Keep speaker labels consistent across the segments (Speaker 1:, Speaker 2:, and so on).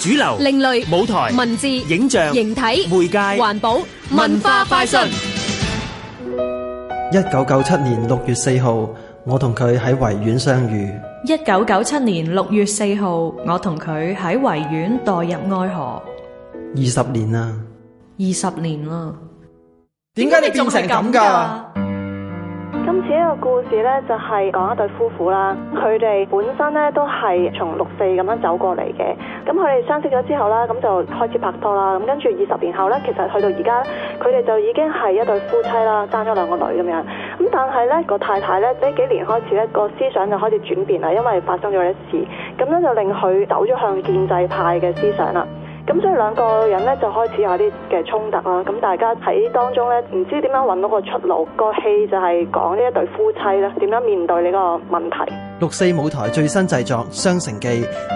Speaker 1: 主流、
Speaker 2: 另類
Speaker 1: 舞台、
Speaker 2: 文字、
Speaker 1: 影像、
Speaker 2: 形體、
Speaker 1: 媒介、
Speaker 2: 環保、文化快訊。
Speaker 3: 一九九七年六月四號，我同佢喺維園相遇。
Speaker 4: 一九九七年六月四號，我同佢喺維園墮入愛河，
Speaker 3: 二十年啦，
Speaker 4: 二十年啦。
Speaker 5: 點解你變成咁㗎？
Speaker 6: 今次呢個故事呢，就係講一對夫婦啦，佢哋本身呢，都係從六四咁樣走過嚟嘅，咁佢哋相識咗之後啦，咁就開始拍拖啦，咁跟住二十年後呢，其實去到而家，佢哋就已經係一對夫妻啦，生咗兩個女咁樣。咁但係呢個太太呢，呢幾年開始呢個思想就開始轉變啦，因為發生咗啲事，咁呢，就令佢走咗向建制派嘅思想啦。咁所以兩個人咧就開始有啲嘅衝突啦，咁大家喺當中咧唔知點樣揾到個出路，個戲就係講呢一對夫妻咧點樣面對呢個問題。
Speaker 3: 六四舞台最新製作《雙城記》，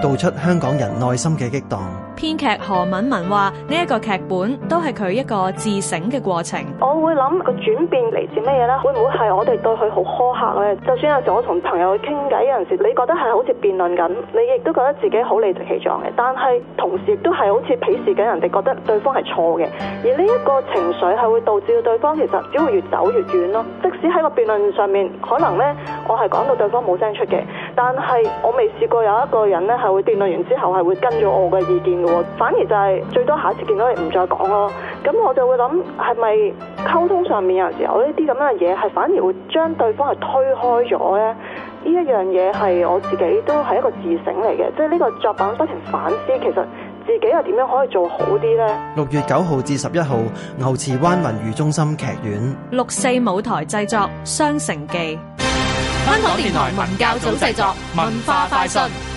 Speaker 3: 道出香港人內心嘅激盪。
Speaker 4: 編劇何敏文話：呢一個劇本都係佢一個自省嘅過程。
Speaker 6: 我會諗個轉變嚟自乜嘢呢？會唔會係我哋對佢好苛刻呢？就算有時我同朋友去傾偈有陣時，你覺得係好似辯論緊，你亦都覺得自己好理直氣壯嘅，但係同時亦都係好似鄙視緊人哋，覺得對方係錯嘅。而呢一個情緒係會導致到對方其實只會越走越遠咯。即使喺個辯論上面，可能呢我係講到對方冇聲出嘅，但係我未試過有一個人呢係會辯論完之後係會跟咗我嘅意見嘅喎，反而就係最多下一次見到你唔再講咯。咁我就會諗係咪溝通上面有時候呢啲咁樣嘅嘢係反而會將對方係推開咗咧？呢一樣嘢係我自己都係一個自省嚟嘅，即係呢個作品不停反思，其實自己又點樣可以做好啲咧？
Speaker 3: 六月九號至十一號，牛池灣文娛中心劇院。
Speaker 4: 六四舞台製作《雙城記》。
Speaker 2: 香港電台文教組製作，文化快訊。